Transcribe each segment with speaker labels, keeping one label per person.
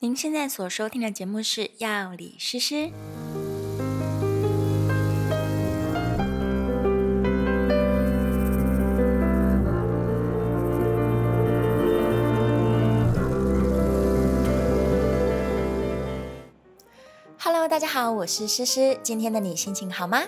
Speaker 1: 您现在所收听的节目是《药理诗诗》。Hello，大家好，我是诗诗。今天的你心情好吗？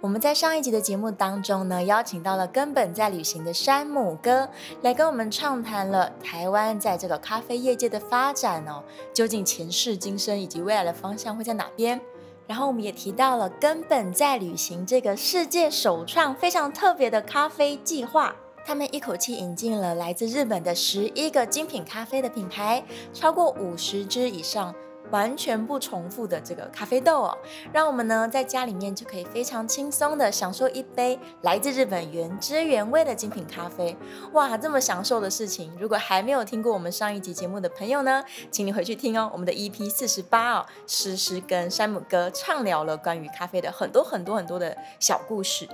Speaker 1: 我们在上一集的节目当中呢，邀请到了根本在旅行的山姆哥来跟我们畅谈了台湾在这个咖啡业界的发展哦，究竟前世今生以及未来的方向会在哪边？然后我们也提到了根本在旅行这个世界首创非常特别的咖啡计划。他们一口气引进了来自日本的十一个精品咖啡的品牌，超过五十支以上，完全不重复的这个咖啡豆哦，让我们呢在家里面就可以非常轻松的享受一杯来自日本原汁原味的精品咖啡。哇，这么享受的事情，如果还没有听过我们上一集节目的朋友呢，请你回去听哦。我们的 EP 四十八哦，诗诗跟山姆哥畅聊了关于咖啡的很多很多很多的小故事。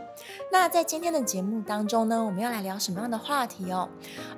Speaker 1: 那在今天的节目当中呢，我们要来聊什么样的话题哦？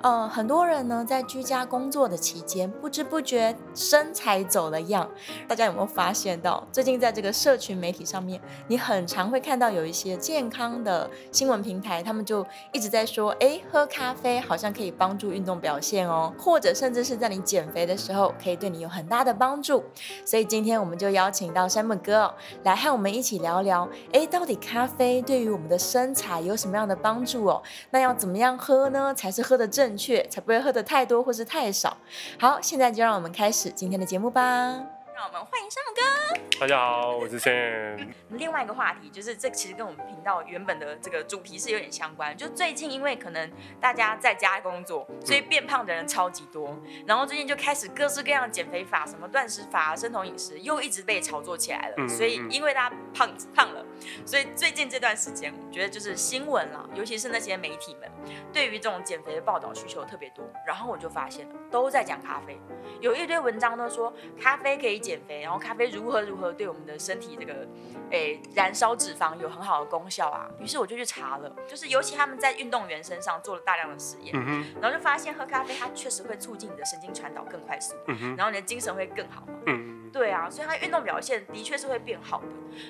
Speaker 1: 呃，很多人呢在居家工作的期间，不知不觉身材走了样。大家有没有发现到，最近在这个社群媒体上面，你很常会看到有一些健康的新闻平台，他们就一直在说，诶，喝咖啡好像可以帮助运动表现哦，或者甚至是在你减肥的时候，可以对你有很大的帮助。所以今天我们就邀请到山姆哥、哦、来和我们一起聊聊，诶，到底咖啡对于我们的身材有什么样的帮助哦？那要怎么样喝呢？才是喝的正确，才不会喝的太多或是太少？好，现在就让我们开始今天的节目吧。让我们欢迎山姆哥。
Speaker 2: 大家好，我是 Sam。
Speaker 1: 另外一个话题就是，这其实跟我们频道原本的这个主题是有点相关。就最近因为可能大家在家工作，所
Speaker 2: 嗯
Speaker 1: 以变胖的人超级多。然后最近就开始各式各样的减肥法，什么断食法、啊生酮饮食，又一直被炒作起来了。
Speaker 2: 嗯
Speaker 1: 所以
Speaker 2: 嗯
Speaker 1: 因为大家胖胖了，所以最近这段时间，我觉得就是新闻啦，尤其是那些媒体们对于这种减肥的报道需求特别多。然后我就发现都在讲咖啡，有一堆文章都说咖啡可以减肥，然后咖啡如何如何对我们的身体这个诶燃烧脂肪有很好的功效啊。于是我就去查了，就是尤其他们在运动员身上做了大量的实验，
Speaker 2: 嗯哼，
Speaker 1: 然后就发现喝咖啡它确实会促进你的神经传导更快速，
Speaker 2: 嗯哼，
Speaker 1: 然后你的精神会更好嘛。
Speaker 2: 嗯，
Speaker 1: 对啊，所以它运动表现的确是会变好的。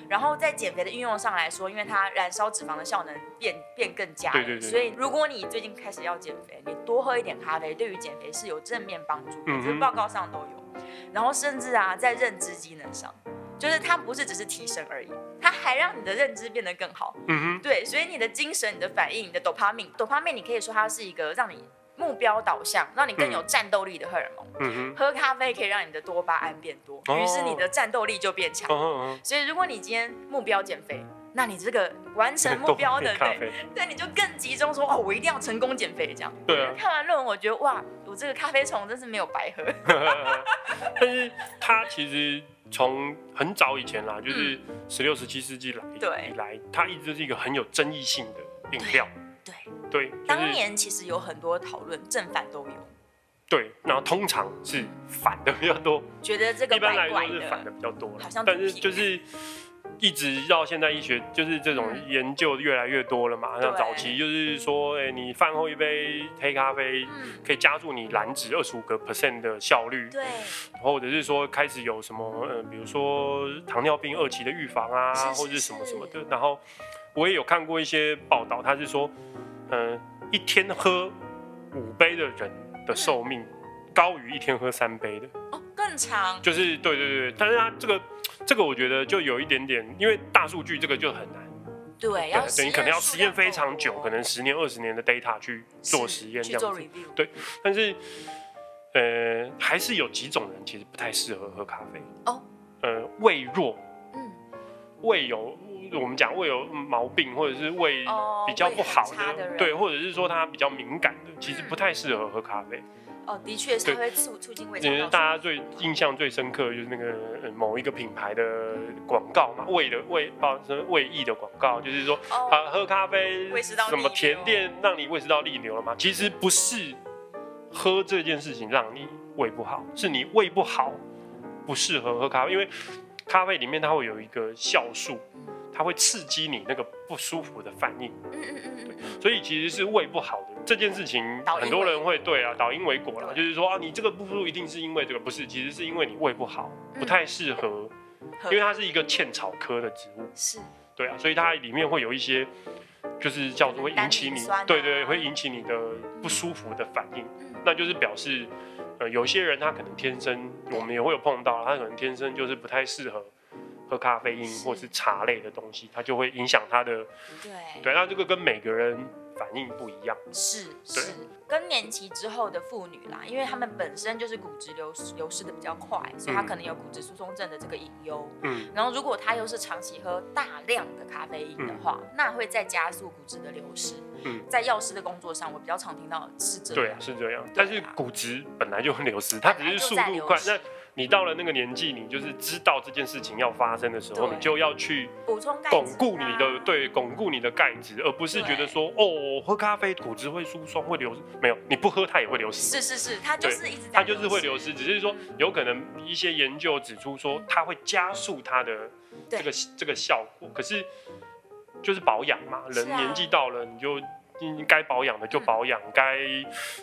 Speaker 1: 然后在减肥的运用上来说，因为它燃烧脂肪的效能变变更佳了，
Speaker 2: 对对对
Speaker 1: 所以如果你最近开始要减肥，你多喝一点咖啡，对于减肥是有正面帮助的，
Speaker 2: 嗯哼
Speaker 1: 这个报告上都有。然后甚至啊，在认知机能上，就是它不是只是提升而已，它还让你的认知变得更好。
Speaker 2: 嗯哼，
Speaker 1: 对，所以你的精神、你的反应、你的 dopamine，dopamine 你可以说它是一个让你目标导向、让你更有战斗力的荷尔蒙。
Speaker 2: 嗯
Speaker 1: 喝咖啡可以让你的多巴胺变多，
Speaker 2: 哦
Speaker 1: 于是你的战斗力就变强。
Speaker 2: 哼，哦
Speaker 1: 所以如果你今天目标减肥，那你这个完成目标的
Speaker 2: 咖
Speaker 1: 对，
Speaker 2: 啡，
Speaker 1: 对你就更集中说哦，我一定要成功减肥这样。
Speaker 2: 对啊，
Speaker 1: 看完论文，我觉得哇，我这个咖啡虫真是没有白 喝。
Speaker 2: 但是它其实从很早以前啦，就是十六、十七世纪来
Speaker 1: 对
Speaker 2: 以来，它一直就是一个很有争议性的饮料，
Speaker 1: 对，
Speaker 2: 对，就是
Speaker 1: 当年其实有很多讨论，正反都有，
Speaker 2: 对，然后通常是反的比较多，
Speaker 1: 觉得这个
Speaker 2: 一般
Speaker 1: 怪
Speaker 2: 来
Speaker 1: 怪
Speaker 2: 说是反
Speaker 1: 的
Speaker 2: 的。比较多啦
Speaker 1: 好像
Speaker 2: 但
Speaker 1: 毒
Speaker 2: 是
Speaker 1: 品
Speaker 2: 就是一直到现在医学，就是这种
Speaker 1: 嗯
Speaker 2: 研究越来越多了嘛。那
Speaker 1: 对
Speaker 2: 早期就是说，哎、你饭后一杯黑咖啡。
Speaker 1: 嗯，
Speaker 2: 可以加速你燃脂二十五个 percent 的效率，
Speaker 1: 对，
Speaker 2: 或者是说开始有什么呃，比如说糖尿病二期的预防啊，
Speaker 1: 是是
Speaker 2: 或者是什么什么
Speaker 1: 是
Speaker 2: 的。然后我也有看过一些报道，他是说，呃，一天喝五杯的人的寿命高于一天喝三杯的，
Speaker 1: 哦，更长，
Speaker 2: 就是对对对。但是他这个这个我觉得就有一点点，因为大数据这个就很难，
Speaker 1: 对，
Speaker 2: 对
Speaker 1: 要
Speaker 2: 对，你可能要
Speaker 1: 数
Speaker 2: 实
Speaker 1: 量
Speaker 2: 验非常
Speaker 1: 够
Speaker 2: 久，
Speaker 1: 多
Speaker 2: 可能十年二十年的 data 去做
Speaker 1: 是
Speaker 2: 实验这
Speaker 1: 去做
Speaker 2: 样子。
Speaker 1: review，
Speaker 2: 对但是，呃，还是有几种人其实不太适合喝咖啡。
Speaker 1: 哦。
Speaker 2: 呃，胃弱、
Speaker 1: 嗯，
Speaker 2: 胃有我们讲胃有毛病，或者是胃
Speaker 1: 哦
Speaker 2: 比较不好
Speaker 1: 胃很差的人
Speaker 2: 对，或者是说他比较敏感的，其实
Speaker 1: 嗯
Speaker 2: 不太适合喝咖啡。
Speaker 1: 哦，的确是
Speaker 2: 对
Speaker 1: 它会促促进胃
Speaker 2: 其
Speaker 1: 肠
Speaker 2: 实
Speaker 1: 道
Speaker 2: 大家最印象最深刻的就是那个、呃某一个品牌的广告嘛，胃的胃啊，什么胃益的广告，就是说
Speaker 1: 哦，
Speaker 2: 啊，喝咖啡
Speaker 1: 胃食道逆
Speaker 2: 什
Speaker 1: 流
Speaker 2: 么甜点让你胃食道逆流了吗？其实不是喝这件事情让你胃不好，是你胃不好不适合喝咖啡，因为咖啡里面它会有一个酵素，它它会刺激你那个不舒服的反应，
Speaker 1: 嗯嗯嗯嗯嗯，
Speaker 2: 所以其实是胃不好的这件事情
Speaker 1: 导，因
Speaker 2: 很多人会对啊，导因为果啦，
Speaker 1: 对
Speaker 2: 就是说啊，你这个不舒服一定是因为这个，不是，其实是因为你胃不好，
Speaker 1: 嗯
Speaker 2: 不太适合，
Speaker 1: 合
Speaker 2: 因为它是一个茜草科的植物，
Speaker 1: 是
Speaker 2: 对啊，所以它里面会有一些，就是叫做会引起
Speaker 1: 单宁
Speaker 2: 你
Speaker 1: 酸啊，
Speaker 2: 对对，会引起你的不舒服的反应，
Speaker 1: 嗯
Speaker 2: 那就是表示，呃，有些人他可能天生，我们也会有碰到，他可能天生就是不太适合喝咖啡因
Speaker 1: 是
Speaker 2: 或是茶类的东西，它就会影响他的，
Speaker 1: 对
Speaker 2: 对，那这个跟每个人反应不一样，
Speaker 1: 是是更年期之后的妇女啦，因为她们本身就是骨质流失流失的比较快，所以她
Speaker 2: 嗯
Speaker 1: 可能有骨质疏松症的这个隐忧。
Speaker 2: 嗯，
Speaker 1: 然后，如果她又是长期喝大量的咖啡因的话，那会再加速骨质的流失。
Speaker 2: 嗯
Speaker 1: 在药师的工作上，我比较常听到的是这
Speaker 2: 对啊
Speaker 1: 样，。
Speaker 2: 是这样，但是骨质本来就很流失，它只是速度快，那你到了那个年纪，你就是知道这件事情要发生的时候，
Speaker 1: 对
Speaker 2: 你就要去。
Speaker 1: 补充钙质啊
Speaker 2: 巩固你的，对，巩固你的钙质，而不是觉得说哦，我喝咖啡骨质会疏松会流失，没有，你不喝它也会流失，
Speaker 1: 是是是，它就是一直在，
Speaker 2: 它就是会流失，只是说有可能一些研究指出说它会加速它的
Speaker 1: 对
Speaker 2: 这个这个效果，可是就是保养嘛，人
Speaker 1: 是啊嗯
Speaker 2: 年纪到了你就。应该保养的就保养，该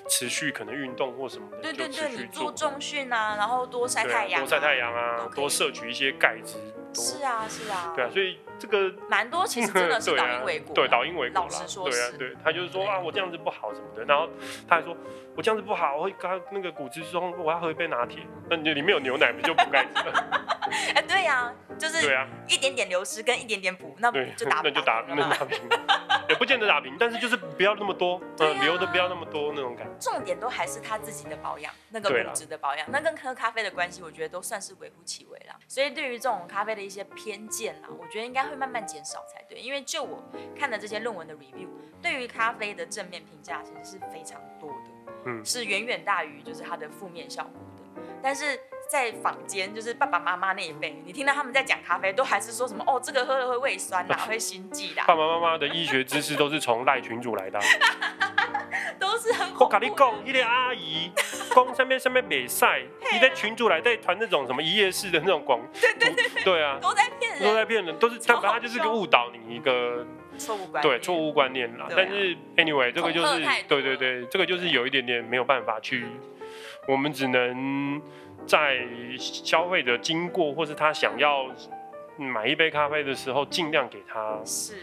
Speaker 2: 持续可能运动或什么的
Speaker 1: 对
Speaker 2: 就
Speaker 1: 对
Speaker 2: 持
Speaker 1: 对，
Speaker 2: 续
Speaker 1: 你
Speaker 2: 做
Speaker 1: 做，重训啊，然后多晒
Speaker 2: 对啊
Speaker 1: 太阳、
Speaker 2: 多晒太阳啊
Speaker 1: 都，可以
Speaker 2: 多摄取一些钙质，多
Speaker 1: 是啊是啊，
Speaker 2: 对啊，所以这个
Speaker 1: 蛮多其实真的是
Speaker 2: 对
Speaker 1: 导
Speaker 2: 啊
Speaker 1: 因为果，
Speaker 2: 对，导因为果
Speaker 1: 老
Speaker 2: 啦
Speaker 1: 实说
Speaker 2: 对啊
Speaker 1: 是，
Speaker 2: 对，他就是说
Speaker 1: 对
Speaker 2: 啊，我这样子不好什么的，然后他还说我这样子不好，我会刚那个骨质疏松，我要喝一杯拿铁，那你里面有牛奶不就补钙质了？
Speaker 1: 哎对呀、就
Speaker 2: 啊对
Speaker 1: 是
Speaker 2: 啊，
Speaker 1: 一点点流失跟一点点补， 那
Speaker 2: 对，
Speaker 1: 就打
Speaker 2: 那就打
Speaker 1: 平了
Speaker 2: 那
Speaker 1: 嘛。
Speaker 2: 打平，也不见得打平，但是就是不要那么多，
Speaker 1: 对
Speaker 2: 嗯，
Speaker 1: 啊
Speaker 2: 留的不要那么多那种感觉，
Speaker 1: 重点都还是他自己的保养，那个
Speaker 2: 对啦
Speaker 1: 骨质的保养，那跟喝咖啡的关系，我觉得都算是微乎其微啦。所以对于这种咖啡的一些偏见啦，我觉得应该会慢慢减少才对。因为就我看的这些论文的 review，对于咖啡的正面评价其实是非常多的，
Speaker 2: 嗯，
Speaker 1: 是远远大于就是它的负面效果的。但是在坊间，就是爸爸妈妈那一辈，你听到他们在讲咖啡，都还是说什么哦，这个喝了会胃酸 啦，会心悸啊啦
Speaker 2: 爸，爸妈妈的医学知识都是从赖群主来 的啊。
Speaker 1: 都是很
Speaker 2: 我
Speaker 1: 恐怖
Speaker 2: 跟你
Speaker 1: 的
Speaker 2: 讲，一个 阿姨讲上面上面美赛，你在群主来在传那种什么一夜式的那种广，对对对，对啊，
Speaker 1: 都在骗
Speaker 2: 都
Speaker 1: 人，
Speaker 2: 在骗人，都是
Speaker 1: 超
Speaker 2: 他
Speaker 1: 好
Speaker 2: 他就是个
Speaker 1: 笑
Speaker 2: 误导你一 个
Speaker 1: 错误观
Speaker 2: 对
Speaker 1: 念，
Speaker 2: 错误观念啦。
Speaker 1: 对啊
Speaker 2: 但是 anyway，这个就
Speaker 1: 恐
Speaker 2: 是
Speaker 1: 吓太多
Speaker 2: 对
Speaker 1: 了嗯
Speaker 2: 对对，这个就是有一点点没有办法去，我们只能在消费者经过或是他想要买一杯咖啡的时候，尽量给他
Speaker 1: 是。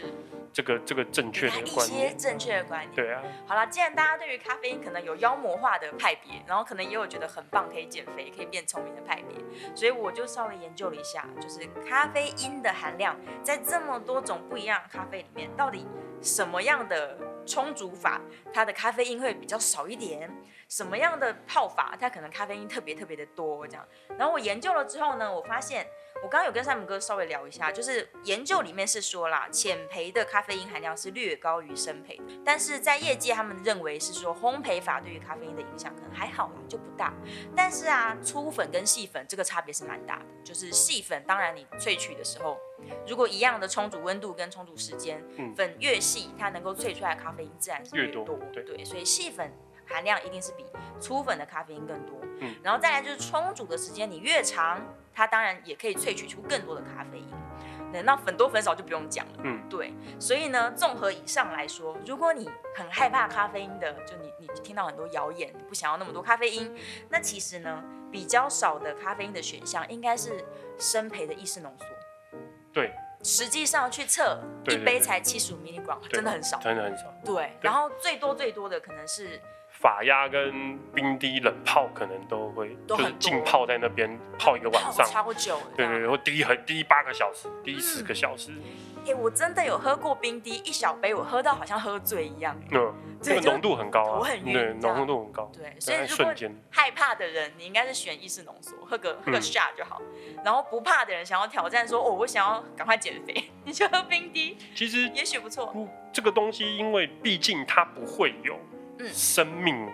Speaker 2: 这个这个正确的
Speaker 1: 给他
Speaker 2: 观
Speaker 1: 一些
Speaker 2: 念。
Speaker 1: 正确的观念。
Speaker 2: 对啊，
Speaker 1: 好啦，既然大家对于咖啡因可能有妖魔化的派别，然后可能也有觉得很棒可以减肥、可以变聪明的派别，所以我就稍微研究了一下，就是咖啡因的含量在这么多种不一样的咖啡里面，到底什么样的冲煮法它的咖啡因会比较少一点，什么样的泡法它可能咖啡因特别特别的多这样。然后我研究了之后呢，我发现我刚刚有跟山姆哥稍微聊一下，就是研究里面是说啦，浅焙的咖啡因含量是略高于深焙，但是在业界他们认为是说烘焙法对于咖啡因的影响可能还好啦，就不大。但是啊，粗粉跟细粉这个差别是蛮大的，就是细粉当然你萃取的时候，如果一样的冲煮温度跟冲煮时间，
Speaker 2: 嗯
Speaker 1: 粉越细，它能够萃出来的咖啡因自然是
Speaker 2: 越
Speaker 1: 多，
Speaker 2: 多对
Speaker 1: 对，所以细粉含量一定是比粗粉的咖啡因更多。
Speaker 2: 嗯
Speaker 1: 然后再来就是冲煮的时间你越长，它当然也可以萃取出更多的咖啡因。那那粉多粉少就不用讲了。
Speaker 2: 嗯，
Speaker 1: 对，所以呢，综合以上来说，如果你很害怕咖啡因的，就你你听到很多谣言，你不想要那么多咖啡因，那其实呢，比较少的咖啡因的选项应该是生培的意式浓缩。
Speaker 2: 对，
Speaker 1: 实际上去测
Speaker 2: 对
Speaker 1: 一
Speaker 2: 对
Speaker 1: 杯
Speaker 2: 对
Speaker 1: 才七十五 milligram，
Speaker 2: 对啊
Speaker 1: 真的很少。
Speaker 2: 真的很少。
Speaker 1: 对，然后最多最多的可能是
Speaker 2: 法压跟冰滴冷泡可能都会，
Speaker 1: 都
Speaker 2: 就
Speaker 1: 很
Speaker 2: 是浸泡在那边泡一个晚
Speaker 1: 泡
Speaker 2: 上，
Speaker 1: 超久的。
Speaker 2: 对对对，或滴很滴八个小时，
Speaker 1: 嗯
Speaker 2: 滴十个小时，
Speaker 1: 哎、我真的有喝过冰滴一小杯，我喝到好像喝醉一样。
Speaker 2: 嗯，这
Speaker 1: 对
Speaker 2: 个
Speaker 1: 就
Speaker 2: 浓度很高
Speaker 1: 头
Speaker 2: 啊，
Speaker 1: 很晕
Speaker 2: 对，
Speaker 1: 这样
Speaker 2: 浓度很高，
Speaker 1: 对，所以
Speaker 2: 对，
Speaker 1: 如果
Speaker 2: 瞬间，
Speaker 1: 害怕的人，你应该是选意式浓缩，喝个喝个
Speaker 2: 嗯
Speaker 1: shot 就好。然后不怕的人，想要挑战说，哦，我想要赶快减 肥，你就喝冰滴，
Speaker 2: 其实
Speaker 1: 也许不错。
Speaker 2: 嗯这个东西，因为毕竟它不会有
Speaker 1: 嗯
Speaker 2: 生命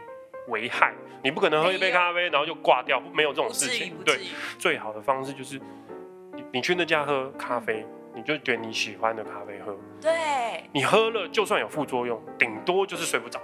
Speaker 2: 危害，你不可能喝
Speaker 1: 没
Speaker 2: 一杯
Speaker 1: 有
Speaker 2: 咖啡然后就挂掉，没有这
Speaker 1: 不
Speaker 2: 种事
Speaker 1: 至于，
Speaker 2: 情
Speaker 1: 不。至
Speaker 2: 对，
Speaker 1: 于。
Speaker 2: 最好的方式就是你你去那家喝咖啡，你就点你喜欢的咖啡喝，
Speaker 1: 对
Speaker 2: 你喝了就算有副作用，顶多就是睡不着，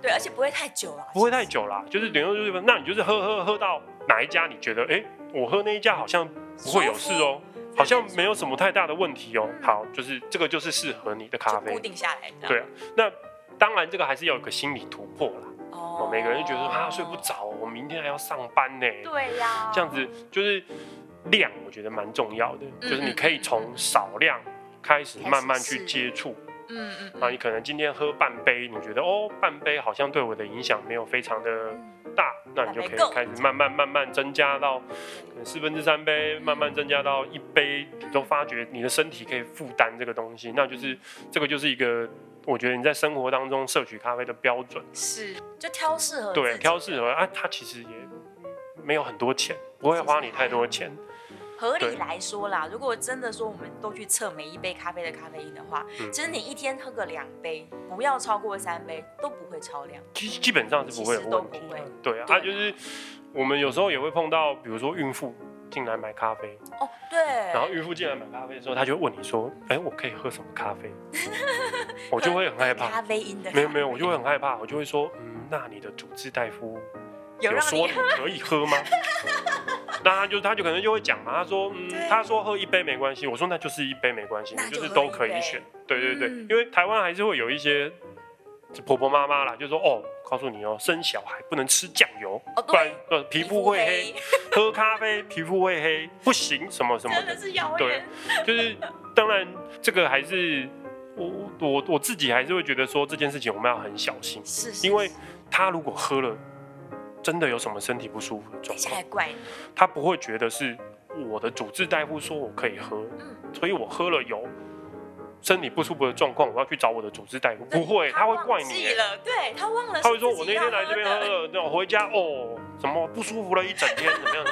Speaker 1: 对，而且不会太久啊，
Speaker 2: 不会太久啦，就是顶多就是那你就是喝喝喝到哪一家你觉得哎、诶我喝那一家好像不会有事哦、好像没有什么太大的问题哦。好，就是这个就是适合你的咖
Speaker 3: 就
Speaker 2: 啡
Speaker 3: 固。定下来。这样
Speaker 2: 对，啊，那当然这个还是要有个心理突破啦。
Speaker 3: 哦
Speaker 2: 哦，每个人就觉得说啊睡不着哦，我明天还要上班呢。
Speaker 1: 啊
Speaker 3: 对呀，
Speaker 2: 这样子就是量，我觉得蛮重要的，
Speaker 3: 嗯
Speaker 2: 就是你可以从少量开始
Speaker 1: 开始
Speaker 2: 慢慢
Speaker 1: 试
Speaker 2: 去接触。啊
Speaker 3: 嗯，嗯嗯，
Speaker 2: 那你可能今天喝半杯，你觉得哦，半杯好像对我的影响没有非常的大，那你就可
Speaker 3: 还没够
Speaker 2: 以开始慢慢慢慢增加到可能四分之三杯，慢慢增加到一杯，你都发觉你的身体可以负担这个东西，那就是这个就是一个。我觉得你在生活当中摄取咖啡的标准，
Speaker 3: 是就挑适合自
Speaker 2: 对，
Speaker 3: 己
Speaker 2: 挑适合啊，它其实也没有很多钱，不会花你太多钱，
Speaker 3: 合理
Speaker 2: 对
Speaker 3: 来说啦，如果真的说我们都去测每一杯咖啡的咖啡因的话，
Speaker 2: 嗯
Speaker 3: 其实你一天喝个两杯，不要超过三杯，都不会超量。
Speaker 2: 基基本上是不会有问题
Speaker 3: 其实都不会
Speaker 2: 的。对啊，
Speaker 3: 对
Speaker 2: 它就是我们有时候也会碰到，比如说孕妇进来买咖啡，
Speaker 3: 哦，对，
Speaker 2: 然后孕妇进来买咖啡的时候，她就会问你说：“哎、我可以喝什么咖啡？”我就会很害
Speaker 3: 咖
Speaker 2: 怕。
Speaker 3: 啡因的
Speaker 2: 没有没有，我
Speaker 3: 咖啡
Speaker 2: 就会很害怕，我就会说：“嗯，那你的主治大夫
Speaker 3: 有让
Speaker 2: 说
Speaker 3: 你
Speaker 2: 你可以 喝吗？”那他就他就可能就会讲嘛，他说：“嗯
Speaker 3: 对，
Speaker 2: 他说喝一杯没关系。”我说：“那就是一杯没关系，
Speaker 3: 那
Speaker 2: 你
Speaker 3: 就
Speaker 2: 就是
Speaker 3: 喝
Speaker 2: 都
Speaker 3: 一
Speaker 2: 可以
Speaker 3: 杯
Speaker 2: 选。”对对对，
Speaker 3: 嗯
Speaker 2: 因为台湾还是会有一些。婆婆妈妈啦，就说哦，告诉你哦，生小孩不能吃酱油，
Speaker 3: 哦
Speaker 2: 不然
Speaker 3: 对
Speaker 2: 呃皮肤会黑，，喝咖啡皮肤会黑，不行什么什么
Speaker 3: 真
Speaker 2: 的
Speaker 3: 的。是谣
Speaker 2: 对
Speaker 3: 言。，
Speaker 2: 就是当然这个还是我我我自己还是会觉得说这件事情我们要很小心，
Speaker 3: 是，是
Speaker 2: 因为
Speaker 3: 是
Speaker 2: 他如果喝了，真的有什么身体不舒服的状
Speaker 3: 听起
Speaker 2: 况
Speaker 3: 来，怪你，
Speaker 2: 他不会觉得是我的主治大夫说我可以喝，
Speaker 3: 嗯
Speaker 2: 所以我喝了有身体不舒服的状况，我要去找我的主治大夫，不会，他会怪
Speaker 3: 忘
Speaker 2: 你
Speaker 3: 记
Speaker 2: 耶。
Speaker 3: 了，对他忘了，
Speaker 2: 他会说：“我那天来这边喝，了，那我回家哦，怎么不舒服了一整天，怎么样？”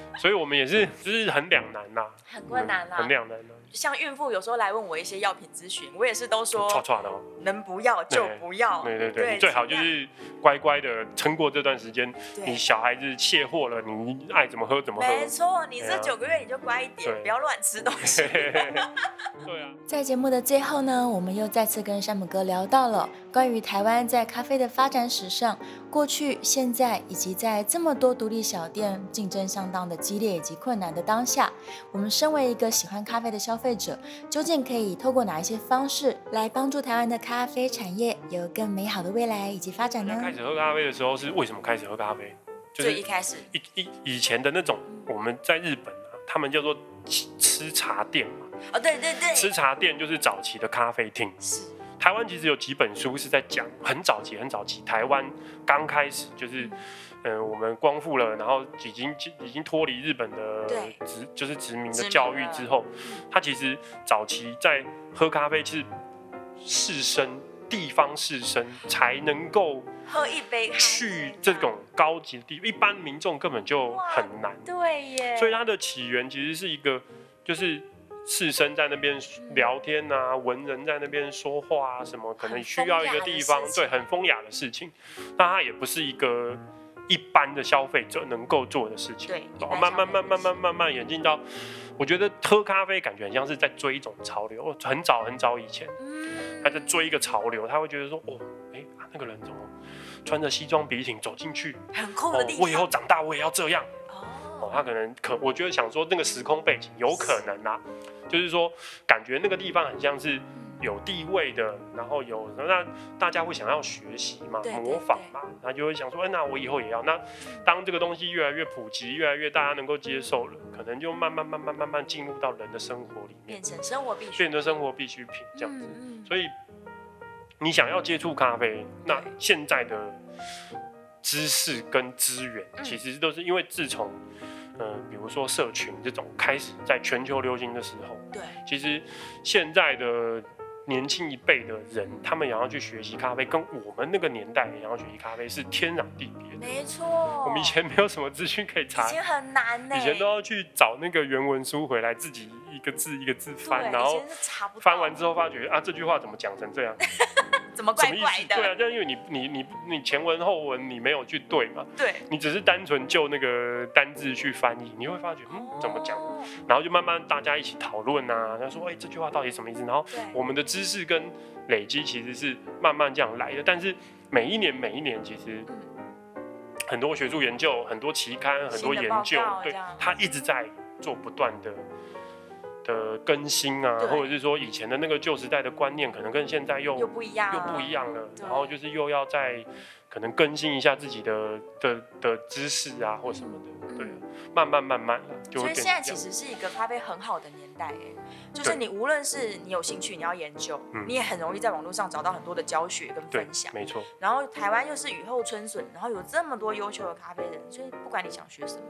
Speaker 2: 所以我们也是，就是很两难呐、
Speaker 3: 很困难啊啦
Speaker 2: 很。两难呐、啊
Speaker 3: 像孕妇有时候来问我一些药品咨询，我也是都说
Speaker 2: 唰唰的哦。
Speaker 3: 能不要就不要，
Speaker 2: 对对
Speaker 3: 对
Speaker 2: 对，你最好
Speaker 3: 尽
Speaker 2: 就
Speaker 3: 量
Speaker 2: 是乖乖的撑过这段时间。
Speaker 3: 对
Speaker 2: 你小孩子卸货了，你爱怎么喝怎么喝。
Speaker 3: 没错，你
Speaker 2: 对
Speaker 3: 这
Speaker 2: 啊
Speaker 3: 九个月你就乖一点，
Speaker 2: 对
Speaker 3: 不要乱吃东西。
Speaker 2: 对啊，
Speaker 1: 在节目的最后呢，我们又再次跟山姆哥聊到了关于台湾在咖啡的发展史上，过去、现在以及在这么多独立小店竞争相当的激烈以及困难的当下，我们身为一个喜欢咖啡的消费者，究竟可以透过哪一些方式来帮助台湾的咖啡产业有更美好的未来以及发展
Speaker 2: 大
Speaker 1: 呢
Speaker 2: 家？开始喝咖啡的时候是为什么开始喝咖啡？就
Speaker 3: 最
Speaker 2: 是
Speaker 3: 一开始，
Speaker 2: 一一以前的那种，我们在日本啊，他们叫做吃吃茶店嘛，
Speaker 3: 哦，对对对，
Speaker 2: 吃茶店就是早期的咖啡厅。
Speaker 3: 是
Speaker 2: 台湾其实有几本书是在讲很早期、很早期台湾刚开始就是，嗯、我们光复了，然后已经已经脱离日本的
Speaker 3: 对
Speaker 2: 殖就是殖民
Speaker 3: 殖
Speaker 2: 的
Speaker 3: 民
Speaker 2: 教育
Speaker 3: 了
Speaker 2: 之后，它其实早期在喝咖啡是士绅地方士绅才能够
Speaker 3: 喝一杯咖啡
Speaker 2: 去这种高级的地，一般民众根本就
Speaker 3: 哇
Speaker 2: 很难。
Speaker 3: 对耶，
Speaker 2: 所以它的起源其实是一个，就是士绅在那边聊天啊，文人在那边说话啊，什么可能需要一个地方
Speaker 3: 很风雅的事，情
Speaker 2: 对，很风雅的事情。那它也不是一个一般的消费者能够做的事情。
Speaker 3: 对一般消
Speaker 2: 哦
Speaker 3: 费
Speaker 2: 慢慢
Speaker 3: 者
Speaker 2: 慢慢慢慢慢演进到，我觉得喝咖啡感觉很像是在追一种潮流。哦很早很早以前，
Speaker 3: 嗯
Speaker 2: 他在追一个潮流，他会觉得说，哦，哎、啊那个人怎么穿着西装笔挺走进去？
Speaker 3: 很酷
Speaker 2: 哦
Speaker 3: 的地，方。
Speaker 2: 我以后长大我也要这样。哦，
Speaker 3: 哦，
Speaker 2: 他可能可，我觉得想说那个时空背景有可能啊，就是说感觉那个地方很像是有地位的，然后有那大家会想要学习嘛
Speaker 3: 对，对
Speaker 2: 模仿嘛，他就会想说，哎，那我以后也要。那当这个东西越来越普及，越来越大家能够接受了，可能就慢慢慢慢慢慢进入到人的生活里面
Speaker 3: 变，成生活必须
Speaker 2: 变成生活必需品这样子。
Speaker 3: 嗯嗯
Speaker 2: 所以你想要接触咖啡，那
Speaker 3: 对
Speaker 2: 现在的知识跟资源，
Speaker 3: 嗯
Speaker 2: 其实都是因为自从，呃，比如说社群这种开始在全球流行的时候，
Speaker 3: 对，
Speaker 2: 其实现在的。年轻一辈的人，他们想要去学习咖啡，跟我们那个年代想要学习咖啡是天壤地别的。
Speaker 3: 没错。
Speaker 2: 我们以前没有什么资讯可以查
Speaker 3: 已，经很难呢，
Speaker 2: 以前都要去找那个原文书回来，自己一个字一个字
Speaker 3: 对
Speaker 2: 翻，然
Speaker 3: 以
Speaker 2: 后
Speaker 3: 前是查不到
Speaker 2: 翻完之后发觉啊，这句话怎么讲成这样？
Speaker 3: 怎么
Speaker 2: 什
Speaker 3: 怪
Speaker 2: 么意
Speaker 3: 怪
Speaker 2: 思？对
Speaker 3: 的，
Speaker 2: 啊，但因为你你你你前文后文你没有去对嘛，
Speaker 3: 对，
Speaker 2: 你只是单纯就那个单字去翻译，你会发觉嗯怎么讲，
Speaker 3: 哦
Speaker 2: 然后就慢慢大家一起讨论啊，然后说哎、这句话到底什么意思，然后
Speaker 3: 对，
Speaker 2: 我们的知识跟累积其实是慢慢这样来的，但是每一年每一年其实
Speaker 3: 嗯
Speaker 2: 很多学术研究、很多期刊、很多
Speaker 1: 啊
Speaker 3: 新的
Speaker 2: 研
Speaker 3: 报
Speaker 2: 究
Speaker 3: 告，
Speaker 2: 对
Speaker 3: 这样
Speaker 2: 它一直在做不断的的更新啊
Speaker 1: 对，
Speaker 2: 或者是说以前的那个旧时代的观念，可能跟现在又
Speaker 1: 又不一样，啊
Speaker 2: 又不一。样了，
Speaker 1: 对
Speaker 2: 然后就是又要再可能更新一下自己的的的知识啊或什么的，对，慢慢慢慢的就
Speaker 1: 嗯
Speaker 2: 会
Speaker 1: 所以
Speaker 2: 变
Speaker 1: 现
Speaker 2: 成这
Speaker 1: 在
Speaker 2: 样。
Speaker 1: 其实是一个咖啡很好的年代，哎，就是
Speaker 2: 对
Speaker 1: 你无论是你有兴趣，你要研究，
Speaker 2: 嗯
Speaker 1: 你也很容易在网络上找到很多的教学跟
Speaker 2: 对
Speaker 1: 分享，。
Speaker 2: 没错，
Speaker 1: 然后台湾又是雨后春笋，然后有这么多优秀的咖啡人，所以不管你想学什么，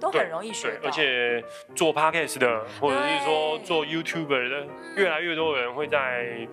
Speaker 1: 都很容易学
Speaker 2: 对，
Speaker 1: 到。
Speaker 2: 而且做 podcast 的，或者是
Speaker 1: 对
Speaker 2: 说做 YouTuber 的，越来越多人会在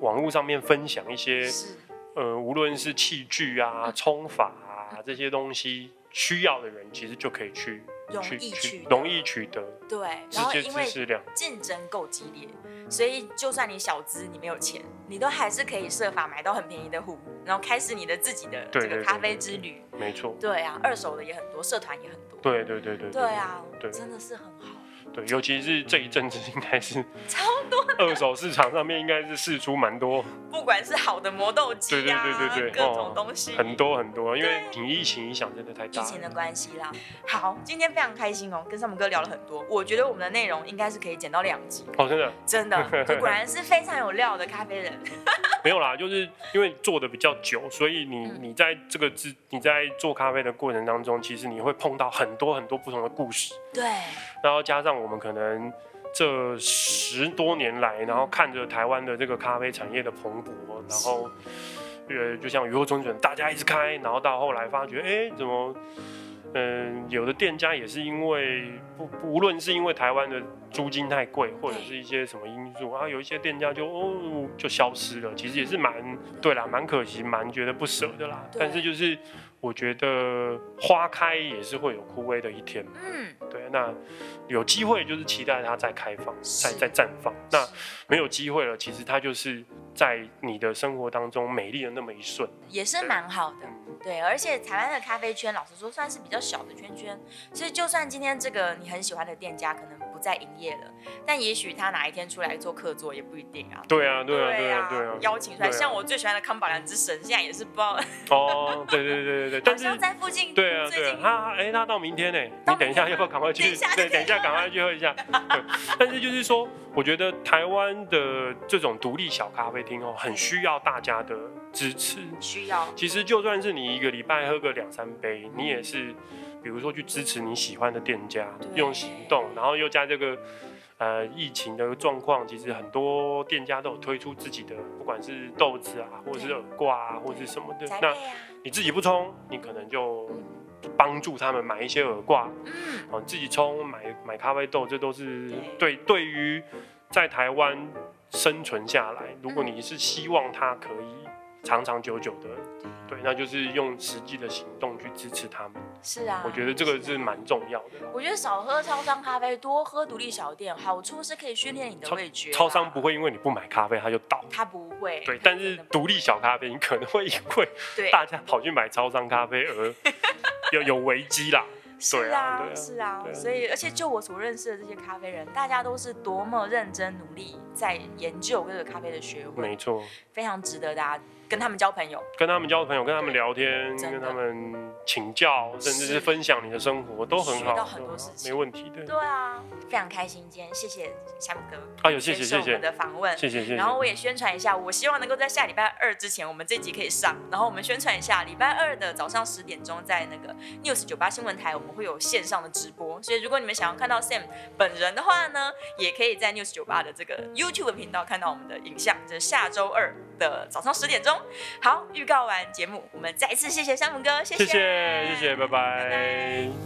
Speaker 2: 网络上面分享一些
Speaker 1: 嗯是
Speaker 2: 呃，无论是器具啊、
Speaker 1: 嗯
Speaker 2: 冲法啊这些东西，需要的人其实就可以去
Speaker 1: 容
Speaker 2: 去
Speaker 1: 易
Speaker 2: 去
Speaker 1: 取得
Speaker 2: 容易取得
Speaker 1: 对，
Speaker 2: 这
Speaker 1: 然后
Speaker 2: 些
Speaker 1: 因
Speaker 2: 知
Speaker 1: 为
Speaker 2: 识量。
Speaker 1: 竞争够激烈，所以就算你小资，你没有钱，你都还是可以设法买到很便宜的壶，然后开始你的自己的
Speaker 2: 对
Speaker 1: 这个
Speaker 2: 对
Speaker 1: 咖
Speaker 2: 对
Speaker 1: 啡
Speaker 2: 对
Speaker 1: 之旅。
Speaker 2: 没错，
Speaker 1: 对啊，二手的也很多，社团也很多。
Speaker 2: 对对对对
Speaker 1: 对啊，
Speaker 2: 对
Speaker 1: 真的是很好，
Speaker 2: 对，尤其是这一阵子，应该是
Speaker 1: 超多，
Speaker 2: 二手市场上面应该是试出蛮多
Speaker 1: 不管是好的磨豆机啊，
Speaker 2: 对对对对对
Speaker 1: 各种
Speaker 2: 哦
Speaker 1: 东西，
Speaker 2: 很多很多，因为
Speaker 1: 对
Speaker 2: 你疫情影响真的太
Speaker 1: 疫
Speaker 2: 大
Speaker 1: 情的
Speaker 2: 了。
Speaker 1: 关系啦。好，今天非常开心哦，跟山姆哥聊了很多，我觉得我们的内容应该是可以剪到两集，
Speaker 2: 哦，真的
Speaker 1: 真的， 就果然是非常有料的咖啡人。
Speaker 2: 没有啦，就是因为做的比较久，所以你
Speaker 1: 嗯
Speaker 2: 你在这个制你在做咖啡的过程当中，其实你会碰到很多很多不同的故事，
Speaker 1: 对，
Speaker 2: 然后加上我们可能这十多年来，然后看着台湾的这个咖啡产业的蓬勃，然后呃，就像雨后春笋，大家一直开，然后到后来发觉，哎，怎么？嗯，有的店家也是因为不，不无论是因为台湾的租金太贵，或者是一些什么因素啊，有一些店家就哦就消失了，其实也是蛮对啦，蛮可惜，蛮觉得不舍的啦。
Speaker 1: 对
Speaker 2: 但是就是我觉得花开也是会有枯萎的一天嘛。
Speaker 1: 嗯，
Speaker 2: 对，那有机会就是期待它再开放、
Speaker 1: 是
Speaker 2: 再再绽放。那没有机会了，其实它就是在你的生活当中美丽的那么一瞬。
Speaker 1: 也是蛮好的。
Speaker 2: 嗯，
Speaker 1: 对，而且台湾的咖啡圈，老实说算是比较小的圈圈，所以就算今天这个你很喜欢的店家可能不再营业了，但也许他哪一天出来做客座也不一定啊。
Speaker 2: 对啊，对啊，对啊，对啊。
Speaker 1: 邀请出来，
Speaker 2: 对啊
Speaker 1: 像我最喜欢的康宝良之神，现在也是不知道，
Speaker 2: 哦，对对对 对对，
Speaker 1: 好
Speaker 2: 但是
Speaker 1: 像在附近，
Speaker 2: 对啊，
Speaker 1: 最
Speaker 2: 对
Speaker 1: 近
Speaker 2: 啊，他哎，他到明天呢，
Speaker 1: 到明天
Speaker 2: 你等一下要不要赶快
Speaker 1: 等一
Speaker 2: 去
Speaker 1: 下？就可
Speaker 2: 对，
Speaker 1: 以
Speaker 2: 等一下赶快去 喝一下。对，但是就是说，我觉得台湾的这种独立小咖啡厅哦，很需要大家的支持。
Speaker 1: 需要
Speaker 2: 其实就算是你一个礼拜喝个两三杯，你也是，比如说去支持你喜欢的店家
Speaker 1: 对，
Speaker 2: 用行动，然后又加这个呃疫情的状况，其实很多店家都有推出自己的，不管是豆子啊，或者是
Speaker 1: 对
Speaker 2: 耳挂啊，或者是什么的
Speaker 1: 宅。
Speaker 2: 那
Speaker 1: 配啊，
Speaker 2: 你自己不冲，你可能就帮助他们买一些耳挂，
Speaker 1: 嗯，
Speaker 2: 哦，你自己冲买买咖啡豆，这都是
Speaker 1: 对
Speaker 2: 对对于在台湾生存下来，
Speaker 1: 嗯
Speaker 2: 如果你是希望它可以长长久久的，对，那就是用实际的行动去支持他们。
Speaker 1: 是啊，
Speaker 2: 我觉得这个
Speaker 1: 啊
Speaker 2: 是蛮重要的啦。
Speaker 1: 我觉得少喝超商咖啡，多喝独立小店，好处是可以训练你的味觉啊。
Speaker 2: 超商不会因为你不买咖啡它就倒，
Speaker 1: 他不会。
Speaker 2: 对，
Speaker 1: 他
Speaker 2: 但
Speaker 1: 真
Speaker 2: 是
Speaker 1: 的不
Speaker 2: 独立小咖啡你可能会因为
Speaker 1: 对，
Speaker 2: 大家跑去买超商咖啡 而有有危机啦。
Speaker 1: 是
Speaker 2: 对啊对啊
Speaker 1: 是啊
Speaker 2: 对。啊
Speaker 1: 所以，而且就我所认识的这些咖啡人，大家都是多么认真努力在研究这个咖啡的学问，
Speaker 2: 没错，
Speaker 1: 非常值得大家跟他们交朋友。
Speaker 2: 跟他们交朋友，跟他们聊天，
Speaker 1: 真的
Speaker 2: 跟他们请教，甚至
Speaker 1: 是
Speaker 2: 是分享你的生活，都很
Speaker 1: 学
Speaker 2: 好，
Speaker 1: 到很多
Speaker 2: 都好
Speaker 1: 事情
Speaker 2: 没问题的。
Speaker 1: 对啊，非常开心，今天谢谢夏木哥，
Speaker 2: 哎呦，谢
Speaker 1: 接
Speaker 2: 谢
Speaker 1: 受
Speaker 2: 谢
Speaker 1: 我
Speaker 2: 谢
Speaker 1: 们的访问。
Speaker 2: 谢谢谢谢
Speaker 1: 然。后我也宣传一下，我希望能够在下礼拜二之前，我们这集可以上。然后我们宣传一下，礼拜二的早上十点钟，在那个 News 九八新闻台，我们会有线上的直播。所以如果你们想要看到 Sam 本人的话呢，也可以在 News 九八的这个 YouTube 频道看到我们的影像。这、是下周二的早上十点钟。好，预告完节目，我们再次谢谢山姆哥，谢
Speaker 2: 谢谢谢谢，拜
Speaker 1: 拜拜
Speaker 2: 拜